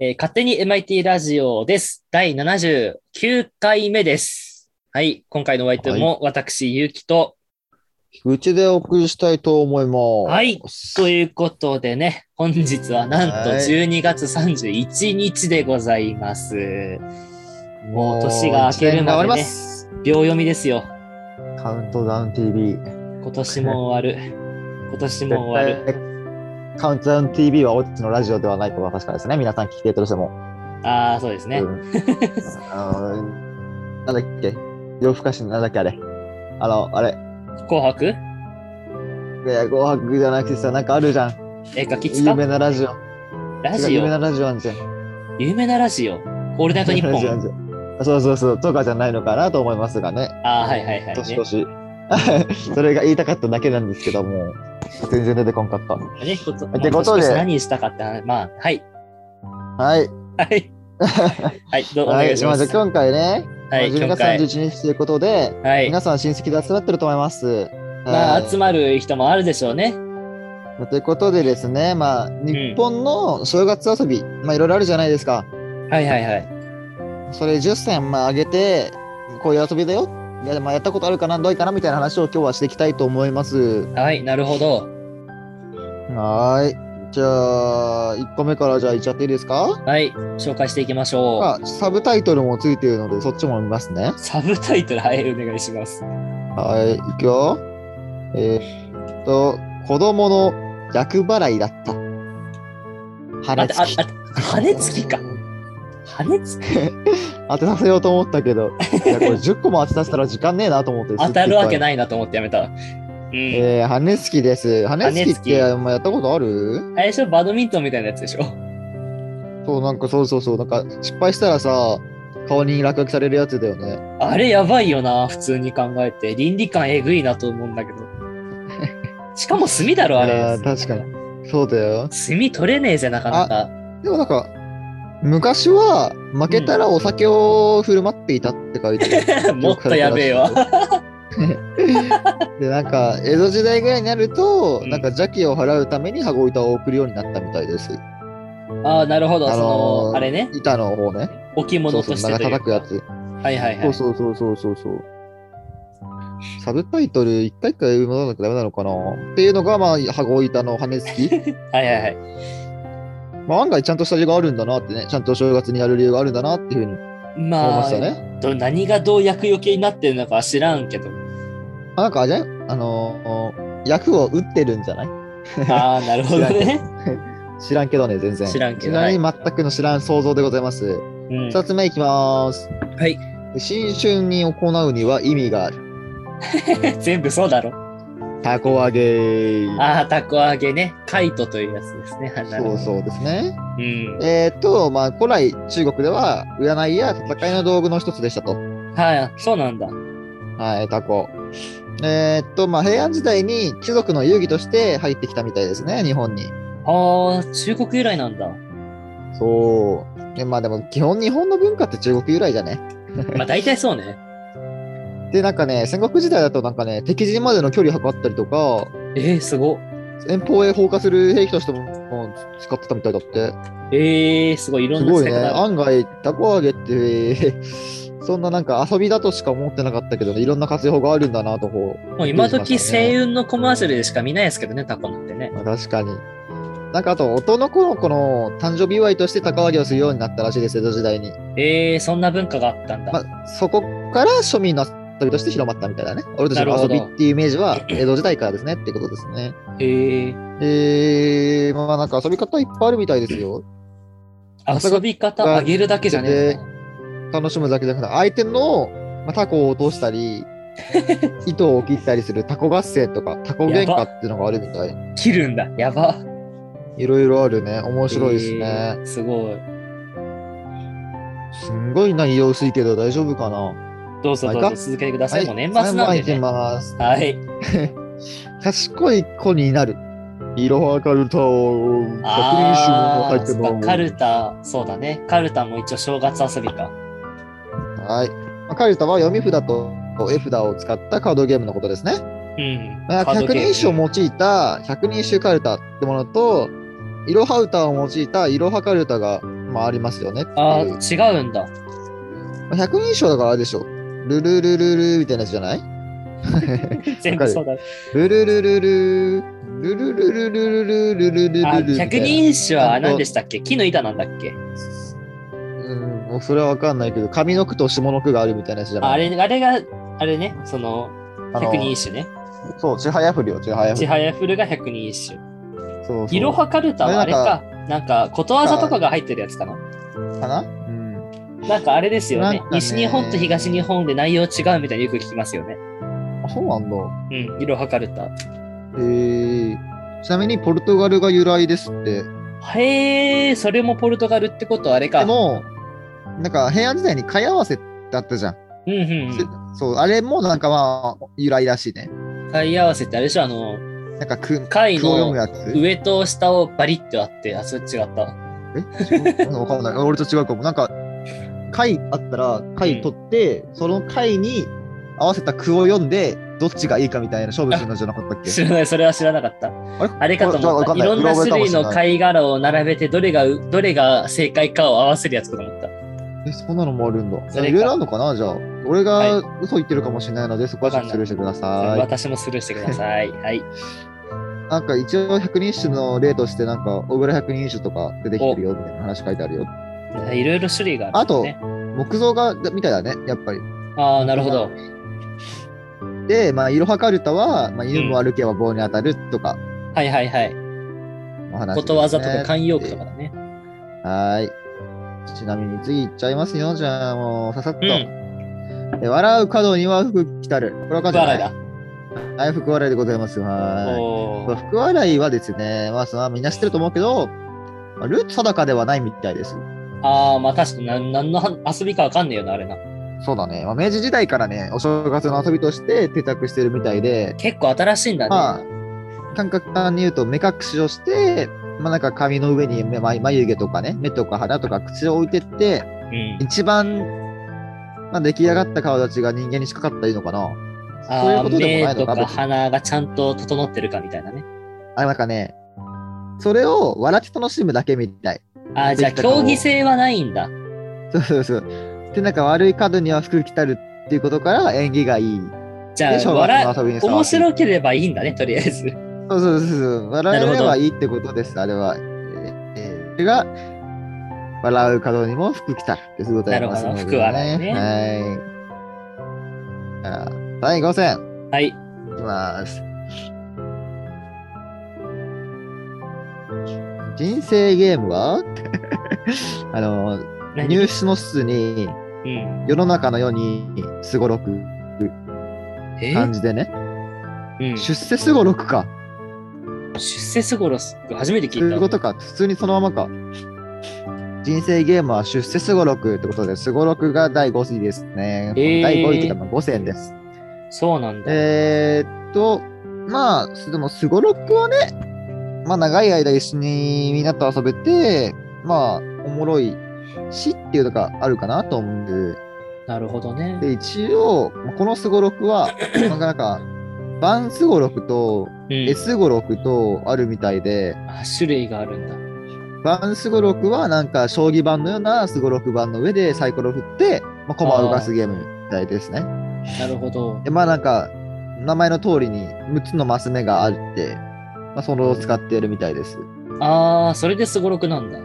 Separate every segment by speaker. Speaker 1: えー勝手に MIT ラジオです。第79回目です。はい。今回のお相手も私、ゆうきと。
Speaker 2: うちでお送りしたいと思います。
Speaker 1: はい。ということでね、本日はなんと
Speaker 2: はい
Speaker 1: 12月31日でございます。もう年が明けるま
Speaker 2: もう一年が終わり
Speaker 1: で
Speaker 2: ま
Speaker 1: ね、
Speaker 2: す。
Speaker 1: 秒読みですよ。
Speaker 2: カウントダウン TV。
Speaker 1: 今年も終わ る。今年も終わ
Speaker 2: 絶
Speaker 1: る。
Speaker 2: 対カウントダウン TV はオッチのラジオではないことは確かですね。皆さん聞いていたとしても。
Speaker 1: ああ、そうですね
Speaker 2: う。んあのなんだっけ夜更かしのなんだっけあれあの、あれ
Speaker 1: 紅白
Speaker 2: いや紅白じゃなくてさ、なんかあるじゃん。
Speaker 1: え、ガキツ
Speaker 2: 有
Speaker 1: カ
Speaker 2: 名なラジオ。
Speaker 1: ラ
Speaker 2: 違う
Speaker 1: ジ
Speaker 2: 有名
Speaker 1: オ
Speaker 2: なラジオあんじゃん。有
Speaker 1: 有名なラジオオールナイトニ
Speaker 2: 名
Speaker 1: ッ
Speaker 2: な ラ
Speaker 1: ポ
Speaker 2: ジオあん
Speaker 1: ン
Speaker 2: じゃん。そうそうそう、とかじゃないのかなと思いますがね。
Speaker 1: ああ、はいはいはい、
Speaker 2: 年
Speaker 1: ね
Speaker 2: 越。し。それが言いたかっただけなんですけども、全然出てこんかった。
Speaker 1: ね、ことまあ
Speaker 2: てことで
Speaker 1: 年越し何したかって話、まあ、はい。
Speaker 2: はい。
Speaker 1: はい。はい、どうお
Speaker 2: は
Speaker 1: 願
Speaker 2: い、
Speaker 1: いし
Speaker 2: ま
Speaker 1: ま
Speaker 2: あじ
Speaker 1: す
Speaker 2: ゃあ。今回ね、
Speaker 1: はい、
Speaker 2: 12
Speaker 1: 今
Speaker 2: 月
Speaker 1: 回。
Speaker 2: 31日ということで、
Speaker 1: はい。
Speaker 2: 皆さん親戚で集まってると思います。
Speaker 1: ま
Speaker 2: は
Speaker 1: あ、
Speaker 2: い
Speaker 1: 集まる人もあるでしょうね。
Speaker 2: ということでですね、まあ、日本の正月遊び、まあ、いろいろあるじゃないですか。
Speaker 1: はいはいはい。
Speaker 2: それ10選、まあ、上げて、こういう遊びだよ。いや、まあ、やったことあるかな、どういかな、みたいな話を今日はしていきたいと思います。
Speaker 1: はい、なるほど。
Speaker 2: はーい。じゃあ、1個目からじゃあ、いっちゃっていいですか
Speaker 1: はい、紹介していきましょう。
Speaker 2: まあ、サブタイトルもついているので、そっちも見ますね。
Speaker 1: サブタイトル、はい、お願いします。
Speaker 2: はい、いくよ。えーっと、子供の逆払いだった。
Speaker 1: あ
Speaker 2: 羽
Speaker 1: て、あ、あ
Speaker 2: 付き。、
Speaker 1: 羽根つきか。羽根つき
Speaker 2: 当てさせようと思ったけど、いやこれ10個も当てさせたら時間ねえなと思って。
Speaker 1: 当たるわけ
Speaker 2: い。
Speaker 1: ないなと思ってやめた。うん。
Speaker 2: えー、羽付きです。羽付きっ
Speaker 1: 羽
Speaker 2: て、まあ、やったことある
Speaker 1: 最初、バドミントンみたいなやつでしょ。
Speaker 2: そう、なんかそうそうそう、なんか失敗したらさ、顔に落書きされるやつだよね。
Speaker 1: あれやばいよな、普通に考えて。倫理観えぐいなと思うんだけど。 しかも炭だろ、あ
Speaker 2: いや
Speaker 1: れ。
Speaker 2: ー確かに。そうだよ。
Speaker 1: 炭取れねえぜ、なかなか。
Speaker 2: でもなんか、昔は負けたらお酒を振る舞っていたって書いてある。
Speaker 1: もっとやべえわ。
Speaker 2: でなんか江戸時代ぐらいになると、
Speaker 1: うん
Speaker 2: なんか邪気を払うために羽子板を送るようになったみたいです
Speaker 1: ああ、なるほど。
Speaker 2: あ
Speaker 1: そ
Speaker 2: のー
Speaker 1: の、あれね。
Speaker 2: 板の方ね
Speaker 1: 置
Speaker 2: そ
Speaker 1: 物
Speaker 2: うそ
Speaker 1: と
Speaker 2: う
Speaker 1: して
Speaker 2: なん
Speaker 1: と
Speaker 2: か
Speaker 1: いう
Speaker 2: 叩くや
Speaker 1: か。
Speaker 2: つ、
Speaker 1: はいはいはい。
Speaker 2: そうそうそうそうそうそうサブタイトル一回一回読まなきゃダメなのかなっていうのがまあ羽子板の羽根付き
Speaker 1: はいはいはい。
Speaker 2: まあ案外ちゃんとした理由があるんだなってねちゃんとお正月にやる理由があるんだなっていうふうに思い
Speaker 1: ま
Speaker 2: ま
Speaker 1: あ
Speaker 2: した、ね、
Speaker 1: ど何がどう厄除けになってるのかは知らんけ ど。
Speaker 2: あ、なんかあれじゃんあのー役を打ってるんじゃない
Speaker 1: ああ、なるほどね。
Speaker 2: 知らんけどね全然
Speaker 1: 知らんけど
Speaker 2: ちなみに全くの知らん想像でございます、
Speaker 1: うん、
Speaker 2: 二つ目いきます
Speaker 1: はい。
Speaker 2: 新春に行うには意味がある。
Speaker 1: 全部そうだろ。
Speaker 2: たこ揚げ。
Speaker 1: ああ、たこ揚げね。カイトというやつですね。はいなるほ
Speaker 2: そ
Speaker 1: ど
Speaker 2: うそうですね。
Speaker 1: うん。
Speaker 2: えっ、と、まあ、古来中国では占いや戦いの道具の一つでしたと。
Speaker 1: はい、そうなんだ。
Speaker 2: はい、タコ。えっ、と、まあ、平安時代に貴族の遊戯として入ってきたみたいですね、日本に。
Speaker 1: ああ、中国由来なん だ。
Speaker 2: そう。でまあ、でも基本日本の文化って中国由来じゃね。
Speaker 1: まあ大体そうね。
Speaker 2: で、なんかね、戦国時代だとなんかね、敵陣までの距離測ったりとか、
Speaker 1: えー、すご。
Speaker 2: 遠方へ放火する兵器としてももう使ってたみたいだって。
Speaker 1: えー、すごい、いろ
Speaker 2: す
Speaker 1: んな
Speaker 2: ご
Speaker 1: 使
Speaker 2: い
Speaker 1: い
Speaker 2: ね。
Speaker 1: 方ある。
Speaker 2: 案外、たこ揚げって、 そんななんか遊びだとしか思ってなかったけど、いろんな活用法があるんだなとこう、
Speaker 1: もう今
Speaker 2: びっく
Speaker 1: 時
Speaker 2: りしましたね
Speaker 1: 星雲のコマーシャルでしか見ないですけどね、タコなんてね。
Speaker 2: まあ確かに。なんかあと、男の子の子の誕生日祝いとしてたこ揚げをするようになったらしいです、江戸時代に。
Speaker 1: えー、そんな文化があったんだ。
Speaker 2: まあ、そこから庶民の遊びとして広まったみたいなね。俺たちの遊びっていうイメージは江戸時代からですねってことですね。
Speaker 1: えー、
Speaker 2: えー、まあなんか遊び方いっぱいあるみたいですよ。
Speaker 1: 遊び方上げるだけじゃねえんだ
Speaker 2: 楽しむだけじゃなくて、相手の、まあ、タコを落とし たり、糸を切ったりするタコ合戦とか、タコ喧嘩っていうのがあるみたい。
Speaker 1: 切るんだ。やば。
Speaker 2: いろいろあるね。面白いです
Speaker 1: え
Speaker 2: ね。
Speaker 1: ーすごい。
Speaker 2: すんごい内容薄いけど大丈夫かな。
Speaker 1: どうぞどう
Speaker 2: まあ
Speaker 1: ぞ
Speaker 2: いか
Speaker 1: 続けてください。もう年末
Speaker 2: はい
Speaker 1: なんで
Speaker 2: 三番いき
Speaker 1: ね。
Speaker 2: ます。
Speaker 1: はい。
Speaker 2: 賢い子になる。いろはカルタを
Speaker 1: あー、そっかカ
Speaker 2: る。
Speaker 1: ルタ、そうだね。カルタも一応正月遊びか。
Speaker 2: はい。まあカルタは読み札と絵札を使ったカードゲームのことですね。
Speaker 1: うん。
Speaker 2: まあ
Speaker 1: カード
Speaker 2: 百
Speaker 1: ゲーム
Speaker 2: 人一首を用いた百人一首カルタってものと、いろは歌を用いたいろはカルタがまあ、ありますよねっていう。
Speaker 1: ああ、違うんだ。
Speaker 2: まあ百人称だからあれでしょ。ルルルルルみたいなやつじゃない
Speaker 1: 全部そうだ。
Speaker 2: ルルルルルールルルルルルルルルルル
Speaker 1: あ、
Speaker 2: ルみたいな
Speaker 1: 百人一首は何でしたっけ木の板なんだっけ
Speaker 2: うん、もうそれはわかんないけど、上の句と下の句があるみたいなやつじゃない
Speaker 1: ああれ、あれが、あれね、その、
Speaker 2: あの
Speaker 1: 百人一首ね。
Speaker 2: そう、ちはやふるよ、ちはやふ
Speaker 1: ち
Speaker 2: る。
Speaker 1: はやふるが百人一首。
Speaker 2: そうそう
Speaker 1: いろはかるたはあれか、なんか、ことわざとかが入ってるやつかな。
Speaker 2: かなうん。
Speaker 1: なんかあれですよね
Speaker 2: なんかね
Speaker 1: 西日本と東日本で内容違うみたいによく聞きますよね。
Speaker 2: あ、そうなんだ。
Speaker 1: うん、いろはかるた。
Speaker 2: えー、ちなみにポルトガルが由来ですって。
Speaker 1: へえ、それもポルトガルってことあれか。
Speaker 2: でも、なんか平安時代に貝合わせってあったじゃん。
Speaker 1: うんうん
Speaker 2: そう、あれもなんかまあ、由来らしいね。
Speaker 1: うん。貝合わせってあれでしょ、あの、
Speaker 2: なんかく、句
Speaker 1: 貝
Speaker 2: を読む
Speaker 1: の
Speaker 2: やつ。
Speaker 1: 上と下をバリッとあって、あ、それ違った。
Speaker 2: えわか んない。俺と違うかも。なんか、貝あったら、貝取って、その貝に合わせた句を読んで、どっちがいいかみたいな勝負するのじゃなかったっけ
Speaker 1: 知らない、それは知らなかった。
Speaker 2: あれ
Speaker 1: あれかと思った。いろんな種類の貝殻を並べて、どれが、どれが正解かを合わせるやつかと思った。
Speaker 2: え、そんなのもあるんだ。
Speaker 1: それか
Speaker 2: いろいろあるのかなじゃあ。俺が嘘言ってるかもしれないので、そこはちょっとスルーしてください。
Speaker 1: 私もスルーしてください。はい。
Speaker 2: なんか一応百人一首の例として、なんか、小倉百人一首とか出てきてるよみたいな話書いてあるよ。
Speaker 1: いろいろ種類があるんですね、
Speaker 2: 木造がみたいだね、やっぱり。
Speaker 1: ああ、なるほど。
Speaker 2: で、まあ、いろはかるたは、まあ、犬も歩けば棒に当たるとか、
Speaker 1: はいはいはい。
Speaker 2: お話、
Speaker 1: ことわざとか慣用句とか。だね。
Speaker 2: はーい。ちなみに次いっちゃいますよ。じゃあもう、ささっと。
Speaker 1: うん
Speaker 2: え笑う角には福来たる。これわかん
Speaker 1: 福
Speaker 2: な
Speaker 1: 笑い
Speaker 2: い。
Speaker 1: だ。
Speaker 2: はい、福笑いでございます。はーい。
Speaker 1: お
Speaker 2: ま
Speaker 1: ー
Speaker 2: あ福笑いはですね、まあ、そのみんな知ってると思うけど、まあルーツ定かではないみたいです。
Speaker 1: ああ、まあ確かに何何の遊びかわかんねえよな、あれな。
Speaker 2: そうだね。まあ、明治時代からね、お正月の遊びとして定着してるみたいで、
Speaker 1: 結構新しいんだね。
Speaker 2: まあ、感覚的に言うと目隠しをして、まあ、なんか髪の上に目眉眉毛とかね、目とか鼻とか口を置いてって、
Speaker 1: うん、
Speaker 2: 一番、まあ、出来上がった顔立ちが人間に近かったらいいのかな。そういう
Speaker 1: ああ
Speaker 2: ことでもないのか
Speaker 1: 目とか
Speaker 2: 別に
Speaker 1: 鼻がちゃんと整ってるかみたいなね。
Speaker 2: あ、なんかね、それを笑って楽しむだけみたい。
Speaker 1: ああ、じゃあ競技性はないんだ。
Speaker 2: そうそうそう。で、なんか悪い角には服着たるっていうことから縁起がいい。
Speaker 1: じゃ
Speaker 2: で
Speaker 1: あ、
Speaker 2: 小学
Speaker 1: 笑
Speaker 2: 校の遊びに
Speaker 1: い、面
Speaker 2: さ
Speaker 1: 白ければいいんだね、とりあえず。
Speaker 2: そうそうそうそう。笑
Speaker 1: な
Speaker 2: え
Speaker 1: る
Speaker 2: れ
Speaker 1: ほど
Speaker 2: ばいいってことです、あれは。えーえーそれが、笑う角にも服着たるってことになりますの
Speaker 1: な
Speaker 2: で、
Speaker 1: るほど福笑いね
Speaker 2: はい。じゃあ第5戦。
Speaker 1: はい。
Speaker 2: いきます。人生ゲームは あの、
Speaker 1: 何
Speaker 2: 入試の質に
Speaker 1: うん。
Speaker 2: 世の中のようにすごろく
Speaker 1: え
Speaker 2: 感じでね。
Speaker 1: うん、
Speaker 2: 出世すごろくか。
Speaker 1: 出世すごろす初めて
Speaker 2: そう
Speaker 1: 聞い
Speaker 2: い
Speaker 1: うた
Speaker 2: こ。とか。普通にそのままか。人生ゲームは出世すごろくってことで、すごろくが第5位ですね。
Speaker 1: えー
Speaker 2: 第5位というかまあ5戦です。
Speaker 1: そうなんだ。
Speaker 2: えーっと、まあ、すでも、すごろくはね、まあ、長い間一緒にみんなと遊べて、まあ、おもろいしっていうのがあるかなと思うんで、
Speaker 1: なるほどね。
Speaker 2: で一応、まあこのすごろくは、なかなか、盤すごろくと、
Speaker 1: うん
Speaker 2: 絵すごろくとあるみたいで、
Speaker 1: あ種類があるんだ。
Speaker 2: 盤すごろくは、なんか、将棋盤のようなすごろく盤の上でサイコロ振って、まあ、駒を動かすゲームみたいですね。
Speaker 1: なるほど。
Speaker 2: でまあなんか名前の通りに6つのマス目があって、まあ、それを使っているみたいです。
Speaker 1: ああ、それですごろくなんだ。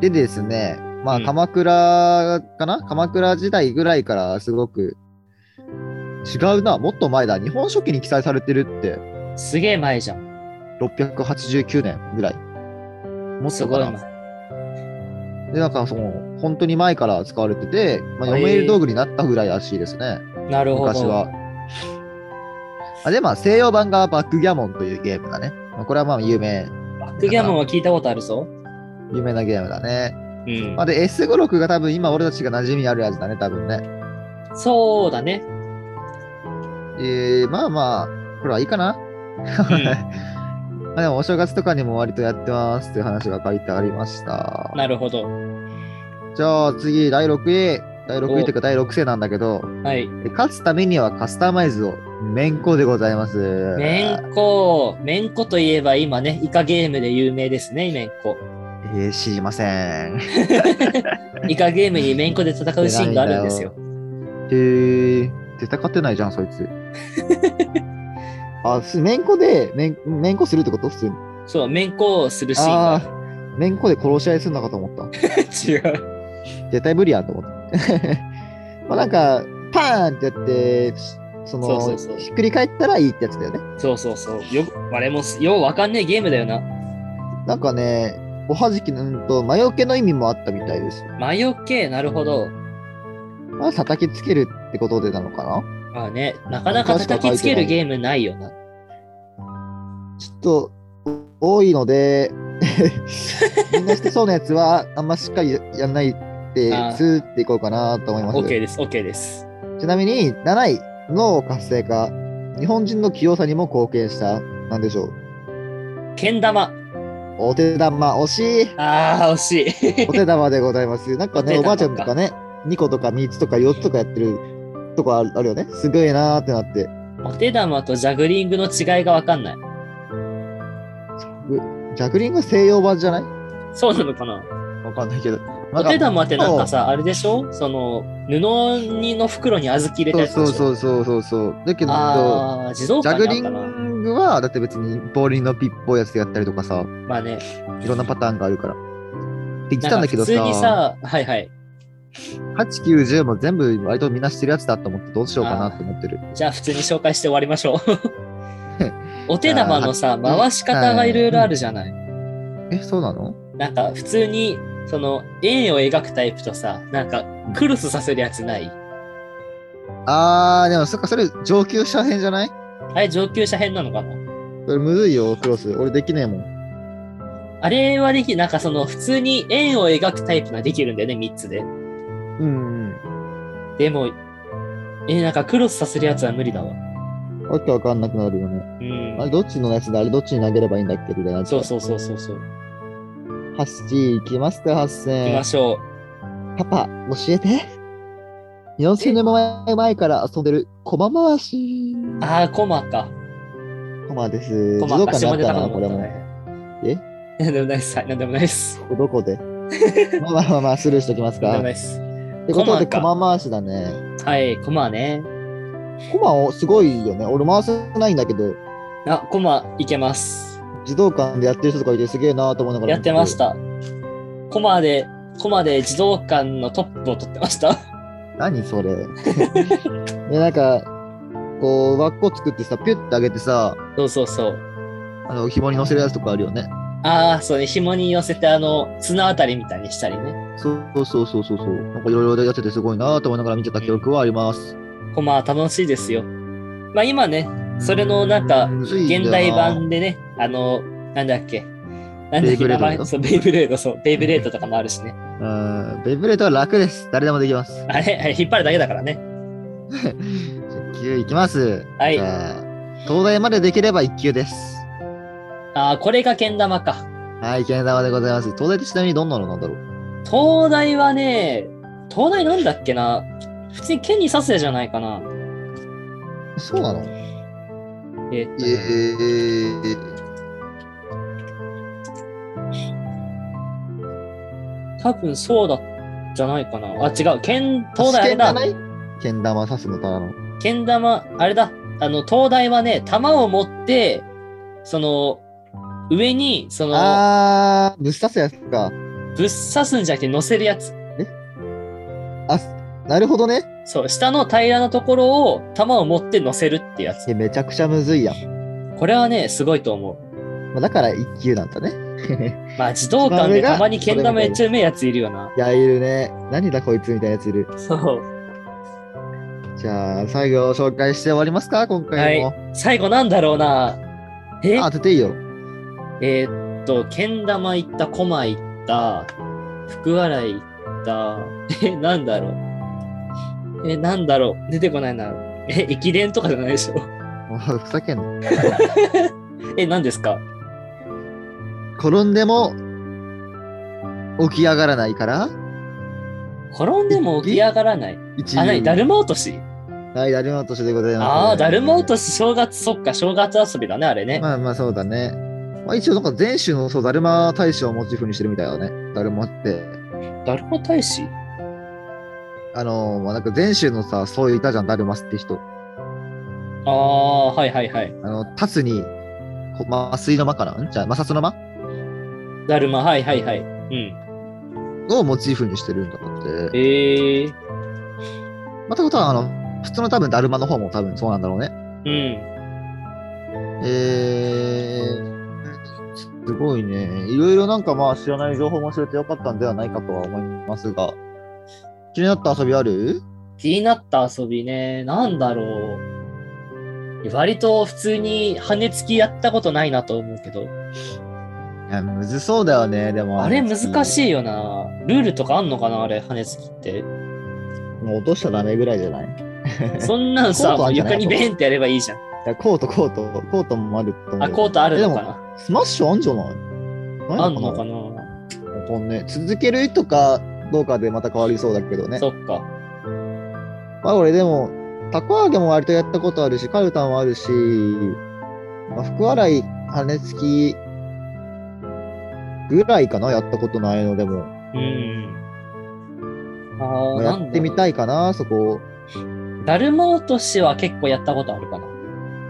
Speaker 2: でですね、ま
Speaker 1: う
Speaker 2: あ
Speaker 1: ん
Speaker 2: 鎌倉かな、鎌倉時代ぐらいからすごく違うな、もっと前だ、日本書紀に記載されてるって
Speaker 1: すげえ前じゃん。
Speaker 2: 689年ぐらい。もっ
Speaker 1: す
Speaker 2: と
Speaker 1: ご
Speaker 2: か
Speaker 1: い
Speaker 2: な
Speaker 1: 前。。
Speaker 2: で、なんかその本当に前から使われてて、まあ、
Speaker 1: へえ
Speaker 2: 読める道具になったぐらいらしいですね、
Speaker 1: なるほど。
Speaker 2: 昔は。あで、まあ西洋版がバックギャモンというゲームだね。まあ、これはまあ有名
Speaker 1: バックギャモンは聞いたことあるぞ。
Speaker 2: 有名なゲームだね。
Speaker 1: うん
Speaker 2: まあ、。で、S56 が多分今俺たちが馴染みあるやつだね、多分ね。
Speaker 1: そうだね。
Speaker 2: えー、まあまあ、これはいいかな。 まあでも、お正月とかにも割とやってますっていう話が書いてありました。
Speaker 1: なるほど。
Speaker 2: じゃあ次、第6位。第6
Speaker 1: お
Speaker 2: 位というか第6世なんだけど、
Speaker 1: はい。
Speaker 2: え勝つためにはカスタマイズを、めんこでございます。
Speaker 1: めんこ。めんこといえば今ね、イカゲームで有名ですね、めんこ。
Speaker 2: えー、知りません。へ
Speaker 1: イカゲームにメンコで戦うシーンがあるんですよ。
Speaker 2: えー、絶対勝てないじゃん、そい つ。あ、普通、めんこで、めん、めんこするってこと普通に。
Speaker 1: そう、メンコをするシーンが
Speaker 2: あ
Speaker 1: あ
Speaker 2: あー、めんこで殺し合いするのかと思った。
Speaker 1: る。違う。
Speaker 2: 絶対無理やんと思って。 まあなんか、パーンってやって、その
Speaker 1: そうそうそう
Speaker 2: ひっくり返ったらいいってやつだよね。
Speaker 1: そうそうそう。よ、あれもす、ようわかんねえゲームだよな。
Speaker 2: なんかね、おはじきの、うんと、魔除けの意味もあったみたいです。
Speaker 1: 魔除け、なるほど。
Speaker 2: まあ、叩きつけるってことでなのかな
Speaker 1: まあね、なかなか叩きつけるゲームないよな。
Speaker 2: ちょっと、お多いので、みんなしてそうなやつは、あんましっかりややんないって
Speaker 1: あー、
Speaker 2: つーっていこうかなと思います。
Speaker 1: OK です、OK です。
Speaker 2: ちなみに、7位、脳活性化。日本人の器用さにも貢献した、なんでしょう。
Speaker 1: けん玉。
Speaker 2: お手玉、惜 しい。
Speaker 1: ああ、惜しい。
Speaker 2: お手玉でございます。なんかね、
Speaker 1: お手玉か
Speaker 2: おばあちゃんとかね、2個とか3つとか4つとかやってるとこあるあるよね。すごいなーってなって。
Speaker 1: お手玉とジャグリングの違いがわかんない。
Speaker 2: ジャグリング西洋版じゃない
Speaker 1: そうなのかな
Speaker 2: わかんないけど。
Speaker 1: お手玉ってなんか
Speaker 2: さ、
Speaker 1: さ、あれでしょその、布にの袋に小豆入れた
Speaker 2: そ
Speaker 1: や
Speaker 2: う
Speaker 1: つ
Speaker 2: そう
Speaker 1: でしょ
Speaker 2: そうそうそうそう。だけど、
Speaker 1: ああ、自動
Speaker 2: ジ
Speaker 1: 化
Speaker 2: ャグ
Speaker 1: な
Speaker 2: リ
Speaker 1: んかな。
Speaker 2: ングは、だって別にボーリングのピッポーやつでやったりとかさ、
Speaker 1: まあね、
Speaker 2: いろんなパターンがあるから。って言って
Speaker 1: な
Speaker 2: た
Speaker 1: んか
Speaker 2: んだけ
Speaker 1: 普
Speaker 2: ど
Speaker 1: 通に
Speaker 2: さ、
Speaker 1: さ、はいはい。
Speaker 2: 8、9、10も全部割とみんなしてるやつだと思って、どうしようかなと思ってる。
Speaker 1: じゃあ普通に紹介して終わりまし ょう。お手玉のさ、
Speaker 2: じゃあ
Speaker 1: 回し方がいろいろあるじゃない。
Speaker 2: え、そうなの
Speaker 1: なんか普通に、その、円を描くタイプとさ、なんか、クロスさせるやつない
Speaker 2: あー、でもそっか、それ上級者編じゃない
Speaker 1: あれ上級者編なのかな
Speaker 2: それむずいよ、クロス。俺できねえもん。
Speaker 1: あれはでき、なんかその、普通に円を描くタイプができるんだよね、3つで。
Speaker 2: うん、うん。
Speaker 1: でも、えーなんかクロスさせるやつは無理だわ。
Speaker 2: わけわかんなくなるよね。
Speaker 1: うん
Speaker 2: あ。れ、どっちのやつだあれ、どっちに投げればいいんだっけみたいな。
Speaker 1: そうそうそうそうそう。
Speaker 2: う。ハッシー、行きますか、ハッ
Speaker 1: 行
Speaker 2: セ
Speaker 1: き
Speaker 2: ン
Speaker 1: ま。しょう。
Speaker 2: パパ、教えて。40年前前から遊んでる駒回し。
Speaker 1: ああ、コマか。
Speaker 2: 駒です。
Speaker 1: コ
Speaker 2: 児
Speaker 1: マ
Speaker 2: 童
Speaker 1: か。
Speaker 2: 館に
Speaker 1: 下
Speaker 2: あっ
Speaker 1: ネタ
Speaker 2: た
Speaker 1: かと
Speaker 2: な、こ
Speaker 1: 思
Speaker 2: れ
Speaker 1: った
Speaker 2: も。
Speaker 1: ね。
Speaker 2: え
Speaker 1: なんでもないです。はい、なんでもないです。
Speaker 2: これ どこでまあまあまあまあ、スルーしときます
Speaker 1: なんでも
Speaker 2: か。っ
Speaker 1: ないです。
Speaker 2: てことで、
Speaker 1: 駒か
Speaker 2: 駒回しだね。
Speaker 1: はい、コマね。
Speaker 2: 駒をすごいよね。俺回せないんだけど、
Speaker 1: あ、コマいけます。
Speaker 2: 児童館でやってる人とかいてすげえなと思いながら。
Speaker 1: やってまし。た。コマで、コマで児童館のトップを取ってました。
Speaker 2: 何それ。 で、なんか、こう、輪っこ作ってさ、ピュッてあげてさ、
Speaker 1: そうそうそう。
Speaker 2: あの、紐に乗せるやつとかあるよね。
Speaker 1: ああ、そうね。紐に寄せて、あの、綱あたりみたいにしたりね。
Speaker 2: そうそうそうそうそう。なんかいろいろやっててすごいなと思いながら見てた記憶はあります。
Speaker 1: コマは楽しいですよ。まあ今ね、それのなんか、
Speaker 2: むずいん
Speaker 1: 現
Speaker 2: だよ
Speaker 1: 代
Speaker 2: な
Speaker 1: 版でね、あの、なんだっけ。なんだ
Speaker 2: ベ
Speaker 1: っ
Speaker 2: イ
Speaker 1: け、
Speaker 2: ブ
Speaker 1: 名
Speaker 2: レードだ
Speaker 1: 前。
Speaker 2: よ
Speaker 1: そう、ベイブレード、そう、ベイブレードとかもあるしね。
Speaker 2: うん、ベイブレードは楽です。誰でもできます。
Speaker 1: あれ、あれ引っ張るだけだからね。
Speaker 2: 9いきます。
Speaker 1: はい
Speaker 2: じゃあ東大までできれば1級です。
Speaker 1: ああ、これがけん玉か。
Speaker 2: はい、けん玉でございます。東大ってちなみにどんなのなんだろう
Speaker 1: 東大はね、東大なんだっけな。普通に剣に刺すやじゃないかな。
Speaker 2: そうなの
Speaker 1: えーっ
Speaker 2: え
Speaker 1: とね
Speaker 2: ー、
Speaker 1: 多分そうだ、じゃないかな。あ、違う。剣、東大あ
Speaker 2: け
Speaker 1: れ
Speaker 2: んじ
Speaker 1: だ
Speaker 2: ゃな。いけん玉刺すのただの。
Speaker 1: 剣玉、あれだ。あの、東大はね、玉を持って、その、上に、その、
Speaker 2: あー、ぶっ刺すやつか。
Speaker 1: ぶっ刺すんじゃなくて乗せるやつ。
Speaker 2: あ、なるほどね。
Speaker 1: そう、下の平らなところを玉を持って乗せるってやつ。
Speaker 2: えめちゃくちゃむずいやん。
Speaker 1: これはね、すごいと思う。
Speaker 2: まあ、だから1級なん だね。
Speaker 1: まあ、児童館でたまに剣玉めっちゃうめえやついるよな。
Speaker 2: いや、いるね。何だこいつみたいなやついる。
Speaker 1: そう。
Speaker 2: じゃあ、最後紹介して終わりますか今回も。
Speaker 1: 最後なんだろうな。え
Speaker 2: あ、当てていいよ。
Speaker 1: えーっと、けん玉行った、コマ行った、福笑い行った、え、なんだろう。え、なんだろう。出てこないな。え、駅伝とかじゃないでしょ。
Speaker 2: もう、ふざけんの。
Speaker 1: え、何ですか
Speaker 2: 転んでも、起き上がらないから、
Speaker 1: 転んでも起き上がらない。
Speaker 2: 一
Speaker 1: あ、なに、だるま落とし
Speaker 2: はい、だるま落としでございます。
Speaker 1: ああ、だるま落とし、正月、そっか、正月遊びだね、あれね。
Speaker 2: まあまあ、そうだね。まあ、一応なんか全種のそうだるま大使をモチーフにしてるみたいだね。だるまって。
Speaker 1: だるま大使
Speaker 2: あのーまあ、なんか全種のさ、そういういたじゃん、だるますって人。
Speaker 1: ああ、はいはいはい。
Speaker 2: あの、立つに、こま、麻酔の間かなんじゃあ、摩擦の間
Speaker 1: だるま、はいはいはい。うん。
Speaker 2: をモチーフにしてるんだって。
Speaker 1: ええー、
Speaker 2: またことは、あの、普通の多分だるまの方も多分そうなんだろうね。
Speaker 1: うん。
Speaker 2: えー、すごいね。いろいろなんかまあ知らない情報も知れてよかったんではないかとは思いますが。気になった遊びある
Speaker 1: 気になった遊びね、なんだろう。割と普通に羽根つきやったことないなと思うけど、
Speaker 2: いや、むずそうだよね、でも。
Speaker 1: あれ難
Speaker 2: い。
Speaker 1: しいよな。ルールとかあんのかなあれ、羽根つき って。
Speaker 2: もう落としちゃダメぐらいじゃないい
Speaker 1: そんなん
Speaker 2: コ
Speaker 1: さ、
Speaker 2: ート
Speaker 1: も
Speaker 2: あ
Speaker 1: うん
Speaker 2: じゃない
Speaker 1: 床にベンってやればいいじゃん。
Speaker 2: や、コート、コート、コートもあると思う。
Speaker 1: あ、コートあるのか
Speaker 2: えでも
Speaker 1: な
Speaker 2: スマッシュあんじゃない
Speaker 1: あんのか
Speaker 2: な
Speaker 1: な
Speaker 2: わかんねえ続けるとかどうかでまた変わりそうだけどね。
Speaker 1: そっか。
Speaker 2: まあ俺でも、たこ揚げも割とやったことあるし、カルタンもあるし、まあ、福笑い、羽根つきぐらいかな、やったことないのでも。
Speaker 1: うん。あ
Speaker 2: ま
Speaker 1: あ、
Speaker 2: あ
Speaker 1: な
Speaker 2: や
Speaker 1: んだ
Speaker 2: ってみたいかな、そこ。
Speaker 1: だるま落としは結構やったことあるかな。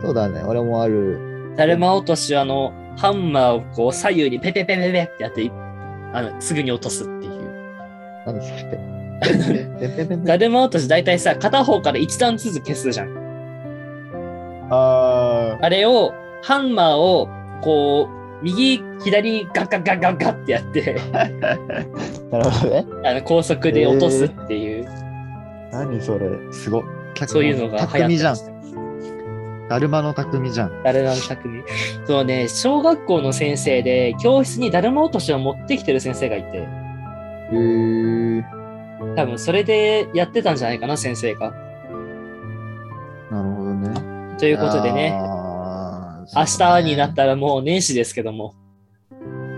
Speaker 2: そうだね、俺もある。
Speaker 1: だるま落としはあの、ハンマーをこう左右にペペペペペってやって、あのすぐに落とすっていう。
Speaker 2: 何そ れ。ペンペンペンペン
Speaker 1: だるま落とし大体さ、片方から一段ずつ消すじゃん。
Speaker 2: あ
Speaker 1: あれを、ハンマーをこう、右、左、ガッガッガッガッガッってやって、
Speaker 2: ー、なるほどね。
Speaker 1: あの高速で落とすっていう、
Speaker 2: 何それ。すごい。
Speaker 1: そういうのが流行って
Speaker 2: 匠じゃ
Speaker 1: ま
Speaker 2: ん
Speaker 1: し。た。
Speaker 2: だるまの匠じゃん。
Speaker 1: だるまの匠。そうね、小学校の先生で、教室にだるま落としを持ってきてる先生がいて、
Speaker 2: へー。
Speaker 1: 多分それでやってたんじゃないかな、先生が。
Speaker 2: なるほどね。
Speaker 1: ということでね、
Speaker 2: あー。
Speaker 1: 明日にな
Speaker 2: た
Speaker 1: ったらもう年始ですけども、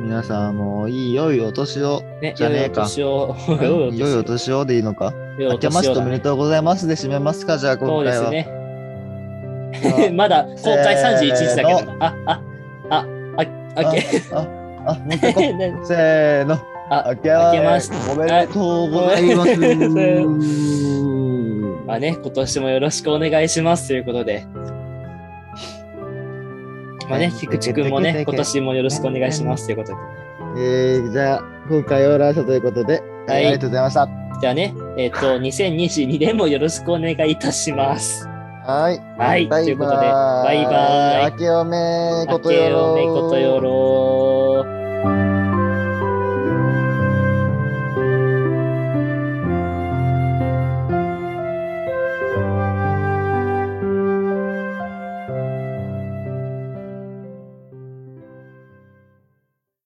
Speaker 2: 皆さんもいい良いお年を。
Speaker 1: ね、
Speaker 2: じゃねえ
Speaker 1: 良いお
Speaker 2: か
Speaker 1: 年を。
Speaker 2: 良いお
Speaker 1: を。
Speaker 2: 年をでいいのか。
Speaker 1: 良い
Speaker 2: 明
Speaker 1: お
Speaker 2: けま
Speaker 1: 年
Speaker 2: し
Speaker 1: を
Speaker 2: て
Speaker 1: だ
Speaker 2: おめで
Speaker 1: ね。
Speaker 2: とうございますで締めますか、じゃあ
Speaker 1: そ
Speaker 2: 今
Speaker 1: うで
Speaker 2: 回は。
Speaker 1: すね。 まだ公開31日だけど。あ、あ、あ、あ、あ、あけ。
Speaker 2: あ、あ、あ、もう一回 行こうせーの。
Speaker 1: あ、
Speaker 2: 明け
Speaker 1: 明けま
Speaker 2: ま
Speaker 1: し
Speaker 2: してておめでとうござ います。
Speaker 1: あごめんまあね、今年もよろしくお願いしますということで。まあね、菊池くんも ね、今年もよろしくお願いしますということで。
Speaker 2: えー、じゃあ今回はラジオということで、
Speaker 1: はい
Speaker 2: えーありがとうございました。
Speaker 1: じゃあね、えっ、と、2022年もよろしくお願いいたします。
Speaker 2: はい。
Speaker 1: はいということでバイバイ
Speaker 2: 明けおめこと
Speaker 1: 明け
Speaker 2: よ
Speaker 1: お
Speaker 2: ろ。
Speaker 1: めことよろ